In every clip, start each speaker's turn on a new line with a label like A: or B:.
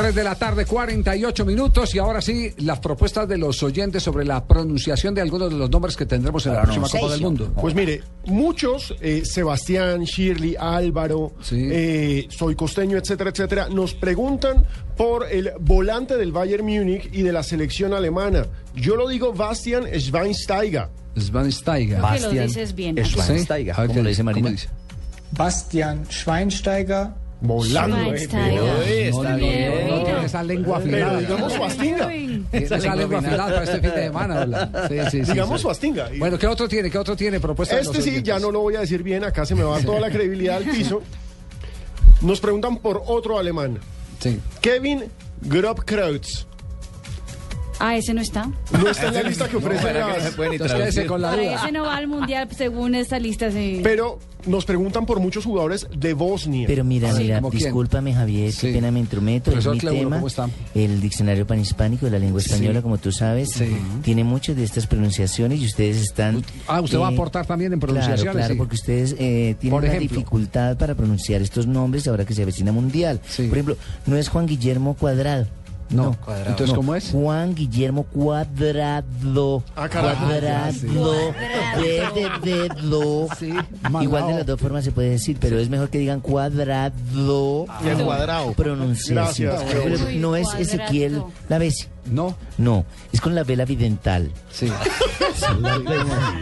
A: 3 de la tarde, 48 minutos. Y ahora sí, las propuestas de los oyentes sobre la pronunciación de algunos de los nombres que tendremos en la próxima Copa del Mundo.
B: Pues mire, muchos, eh, Sebastián, Shirley, Álvaro,
A: Sí.
B: eh, Soy Costeño, etcétera, etcétera, nos preguntan por el volante del Bayern Múnich y de la selección alemana. Yo lo digo Bastian Schweinsteiger.
A: Schweinsteiger.
C: que lo dices bien.
B: eh,
A: Schweinsteiger. ¿Cómo lo dice Marina?
D: Bastian Schweinsteiger.
B: Volando. eh,
C: Schweinsteiger.
A: no, no, no, tiene esa lengua
B: Pero
A: afilada.
B: digamos Schweinsteiger.
A: Tiene esa lengua afilada para este fin de semana. habla. Sí, sí, sí,
B: Digamos
A: sí.
B: Schweinsteiger. Y-
A: Bueno, ¿qué otro tiene? ¿Qué otro tiene? Propuesta de
B: Este
A: los
B: sí, ya
A: oyentes.
B: no lo voy a decir bien, acá se me va toda la credibilidad al piso. Nos preguntan por otro alemán,
A: Sí.
B: Kevin Grobkrautz.
C: Ah, ese no está.
B: No está en la lista que ofrece las...
A: Entonces quédese con la
C: Para
A: duda.
C: ese no va al mundial según esta lista. Sí.
B: Pero nos preguntan por muchos jugadores de Bosnia.
E: Pero mira,
A: Sí,
E: mira,
A: ¿como quién?
E: discúlpame Javier,
A: Sí.
E: qué pena me intrometo, es
A: Profesor
E: mi
A: Cleuro,
E: tema.
A: ¿cómo está?
E: El diccionario panhispánico de la lengua española,
A: Sí.
E: como tú sabes,
A: Sí.
E: tiene muchas de estas pronunciaciones y ustedes están...
A: Ah, usted va a aportar también en pronunciaciones,
E: Claro, claro,
A: sí.
E: porque ustedes eh, tienen
A: Por
E: una
A: ejemplo.
E: dificultad para pronunciar estos nombres ahora que se avecina mundial.
A: Sí.
E: Por ejemplo, no es Juan Guillermo Cuadrado.
A: No, Cuadrado. Entonces, ¿cómo es?
E: Juan Guillermo Cuadrado.
B: Ah, caray.
A: Ah, ya, sí.
E: Cuadrado. De, de, de, do.
A: Sí.
E: Igual de
A: Malao.
E: las dos formas se puede decir, pero es mejor que digan cuadrado.
B: Ah. cuadrado.
E: Pronunciación.
B: Gracias,
E: Pero
B: Raúl.
E: no es
C: Cuadrado.
E: Ezequiel la
A: No.
E: No, es con la vela vidental.
A: Sí.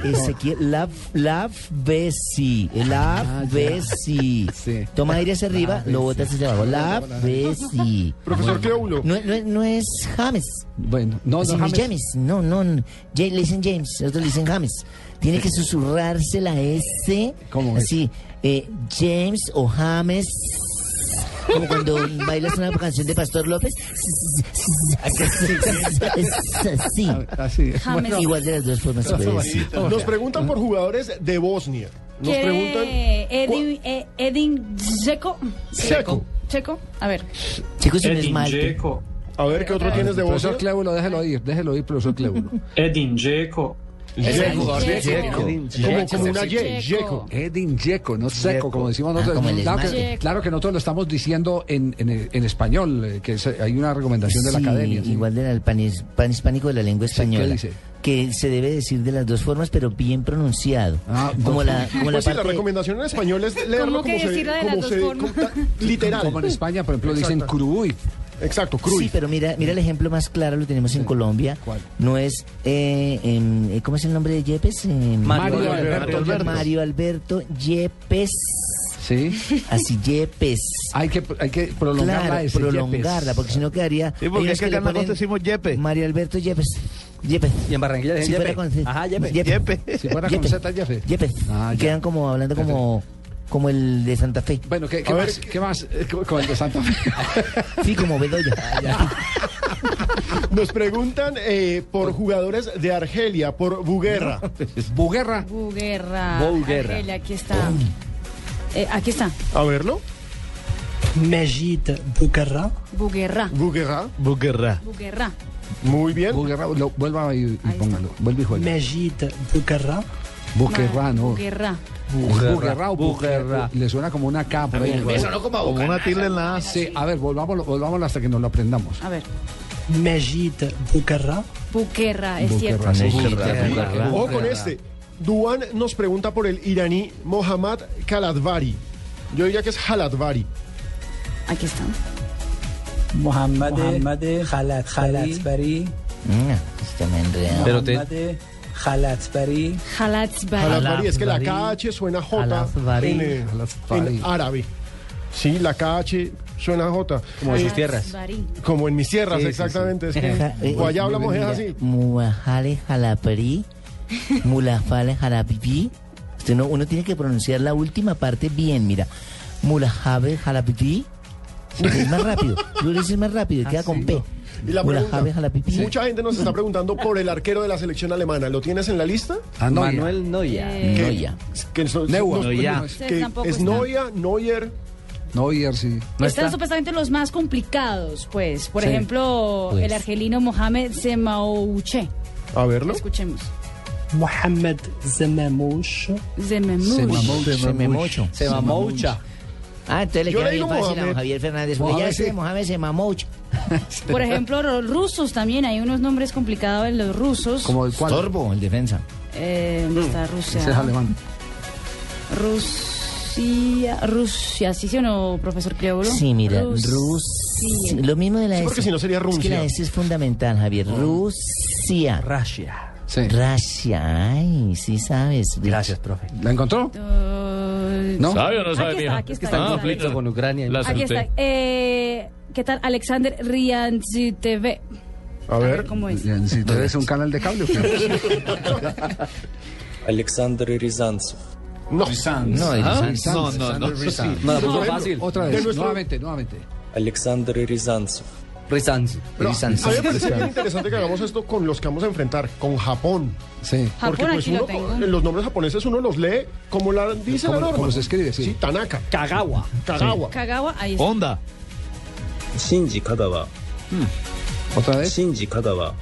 E: Ezequiel la la besi,
B: Ah,
E: la besi.
A: Sí.
E: Toma aire hacia arriba, lo botas hacia abajo. La besi.
B: Profesor Cleulo,
E: No, no, no es James.
A: Bueno, no,
E: No,
A: no, James.
E: James. No, no. no. Ja- le dicen James, otros le dicen James. Tiene que susurrarse la S.
A: ¿Cómo es?
E: Así. eh, James o James. Como cuando bailas una canción de Pastor López. Así.
A: Así.
C: James.
E: Igual de las dos formas. se puede decir.
B: nos preguntan por jugadores de Bosnia. Nos
C: ¿Quiere
B: preguntan...
C: Eh, Edin, eh, Edin Dzeko?
B: Dzeko.
C: Checo, a ver.
E: Chicos, es un
D: Edin
E: esmalte.
D: Dzeko.
B: A ver, ¿qué otro tienes de
A: Profesor
B: Bosnia?
A: Clébulo, déjelo ir, déjelo ir, profesor Clébulo.
D: Edin Dzeko.
B: Como, como una Y,
C: Dzeko.
B: Yeco.
A: Edin Yeco, no seco, como decimos
E: Ah,
A: nosotros.
E: como el
A: claro, que,
C: esmalte.
A: claro que nosotros lo estamos diciendo en, en- en español, eh, que es- hay una recomendación de la
E: Sí,
A: academia. ¿sí?
E: Igual del panis- panhispánico de la lengua
A: Sí, ¿qué
E: española.
A: dice?
E: Que se debe decir de las dos formas, pero bien pronunciado.
A: Ah,
E: como
A: bueno.
E: la, como la
B: Pues sí, la
E: parte-
B: recomendación en español es leerlo
C: ¿Cómo que
B: como se...
C: decirlo de
B: como
C: las dos
B: se-
C: formas?
B: como ta- literal.
A: Como en España, por ejemplo, dicen
B: Exacto.
A: curuy.
B: Exacto, Cruyff.
E: Sí, pero mira, mira el ejemplo más claro lo tenemos en Colombia.
A: ¿Cuál?
E: No es eh, em, eh, ¿cómo es el nombre de Yepes? Em,
A: Mario
B: Mario Alberto. Alberto.
E: Mario Alberto Yepes.
A: Sí.
E: Así Yepes.
A: Hay que, hay que prolongarla.
E: claro,
A: ese
E: prolongarla,
A: yepes.
E: porque si no quedaría.
F: Sí, porque
E: hay unos
F: es que
E: le
F: acá nosotros
E: ponen
F: decimos Yepes.
E: Mario Alberto Yepes. Yepes.
F: Y en Barranquilla
E: Si fuera con C. Yepes.
A: Si fuera con
E: Yepes.
A: Z, Jefe.
E: Yepes.
A: Ah,
E: Y
A: ya.
E: quedan como hablando como, como el de Santa Fe.
A: Bueno, ¿qué, qué
B: A ver,
A: más? ¿Qué más? Eh, con- Con el de Santa Fe.
E: Sí, como Bedoya.
F: Ah,
B: Nos preguntan eh, por jugadores de Argelia, por Buguerra.
A: Buguerra.
C: Buguerra.
F: Buguerra.
C: Argelia, aquí está. Eh, aquí está.
B: A verlo.
D: Mejid Bukhara.
C: Buguerra.
B: Buguerra.
F: Buguerra.
C: Buguerra.
B: Muy bien.
A: Buguerra. Lo, vuelva y, y
C: Ahí
A: póngalo. Vuelve y juega.
D: Mejid Bukhara.
A: Buguerra, no.
C: Buguerra.
A: Buguerra o Buguerra. Le suena como una capa.
B: ¿eh?
F: Como una tilde en la A.
A: Sí, a ver, volvámoslo, volvámoslo hasta que nos lo aprendamos.
C: A ver.
D: Mejid Bukhara.
C: Buguerra, es
A: Buguerra,
C: cierto.
A: sí.
B: Ojo con este. Duan nos pregunta por el iraní Mohammad Kaladvari. Yo diría que es Haladvari.
C: Aquí está.
D: Mohamed Khalat Khalatbari.
E: Mm, está me enredado.
F: Pero te-
D: Mohamed Khalatbari.
C: Halatzbari.
B: Haladvari, es que la KH suena J
E: Haladvari.
B: en, eh,
A: Haladvari.
B: en árabe. Sí, la KH suena J. Eh,
F: Como en sus tierras.
C: Halatzbari.
B: Como en mis tierras,
F: Sí, sí,
B: exactamente.
E: Ja-
B: Es
E: eh,
B: que, o allá
E: eh,
B: hablamos es
E: mira,
B: así.
E: Muajale jalapri, mulafale jalapipí. Usted no- uno tiene que pronunciar la última parte bien, mira. Mulajabe jalapipí, Porque es más rápido. Lulis es más rápido y queda con P.
B: Ah, Y la
E: O la
B: pregunta,
E: Jave a la pipí.
B: mucha gente nos está preguntando por el arquero de la selección alemana. ¿Lo tienes en la lista?
F: Manuel Noya.
B: Que-
E: Neuer.
B: Que, son-
A: Neuer.
B: nos-
F: Neuer.
C: Ustedes
B: que
C: tampoco
B: es
C: están.
B: Noia, Neuer.
A: Neuer, sí.
C: Están supuestamente los más complicados, pues. Por
A: Sí.
C: ejemplo,
E: Pues.
C: el argelino Mohamed Zemauche.
B: A verlo.
C: Escuchemos.
D: محمد زماموش
C: Zemauche.
E: Se me mocho.
D: Se mamoucha.
E: Ah, entonces le
B: Yo
E: queda
B: le
E: bien
B: digo
E: fácil a
B: Mohamed.
E: Javier Fernández. porque
A: Mohamed,
E: ya este
A: sí.
E: Mohamed se mamoucha.
C: Por ejemplo, los rusos también. Hay unos nombres complicados en los rusos.
A: Como el cuatro.
E: Torbo, el defensa.
C: Eh, ¿dónde está Rusia?
A: Ese es alemán.
C: Rusia, Rusia, ¿sí, sí o no, profesor Cleóbulo?
E: Sí, mira,
C: Rus-
E: Rusia. Lo mismo de la
B: Sí,
E: S.
B: porque si no sería
E: Es que
B: Rusia. Ah.
E: la S es fundamental, Javier. Rusia.
D: راشيا
A: Sí.
E: Rusia. Ay, sí sabes.
D: Gracias, profe.
A: ¿La encontró?
C: Eh,
A: No.
G: ¿Sabe o no sabe,
C: Aquí está,
G: mija?
C: aquí está, aquí está.
D: con Ucrania.
G: La
C: Aquí
G: acerté.
C: está. Eh, ¿Qué tal? Alexander Rianziteve.
B: A ver.
C: ¿Cómo es?
A: Bien, sí, ¿tú eres un canal de cable o qué?
D: Alexander Rizanzo.
B: No.
E: No, de los
G: ¿Ah?
E: Andes.
G: No, no, no.
D: No,
B: Por ejemplo,
A: Otra
B: De
A: vez,
B: nuestro-
A: nuevamente, nuevamente.
D: Alexander Rizanzo. Rizanzo.
B: Pero a mí me parece bien interesante que hagamos esto con los que vamos a enfrentar, con Japón.
A: Sí.
C: Japón,
B: porque pues
C: aquí
B: uno,
C: lo tengo.
B: los nombres japoneses uno los lee como la dice
A: Como-
B: la norma.
A: como se escribe, sí.
B: Tanaka,
D: Kagawa.
B: Kagawa.
C: Kagawa, ahí está.
G: Onda.
D: Shinji Kagawa.
A: ¿Otra vez?
D: Shinji Kagawa.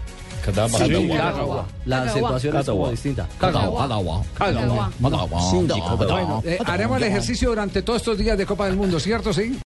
G: Cadabra.
D: Kagawa. La
C: acentuación
D: es como distinta.
C: Kagawa.
D: Shinji Kagawa.
A: Eh, haremos el ejercicio durante todos estos días de Copa del Mundo, ¿cierto? Sí.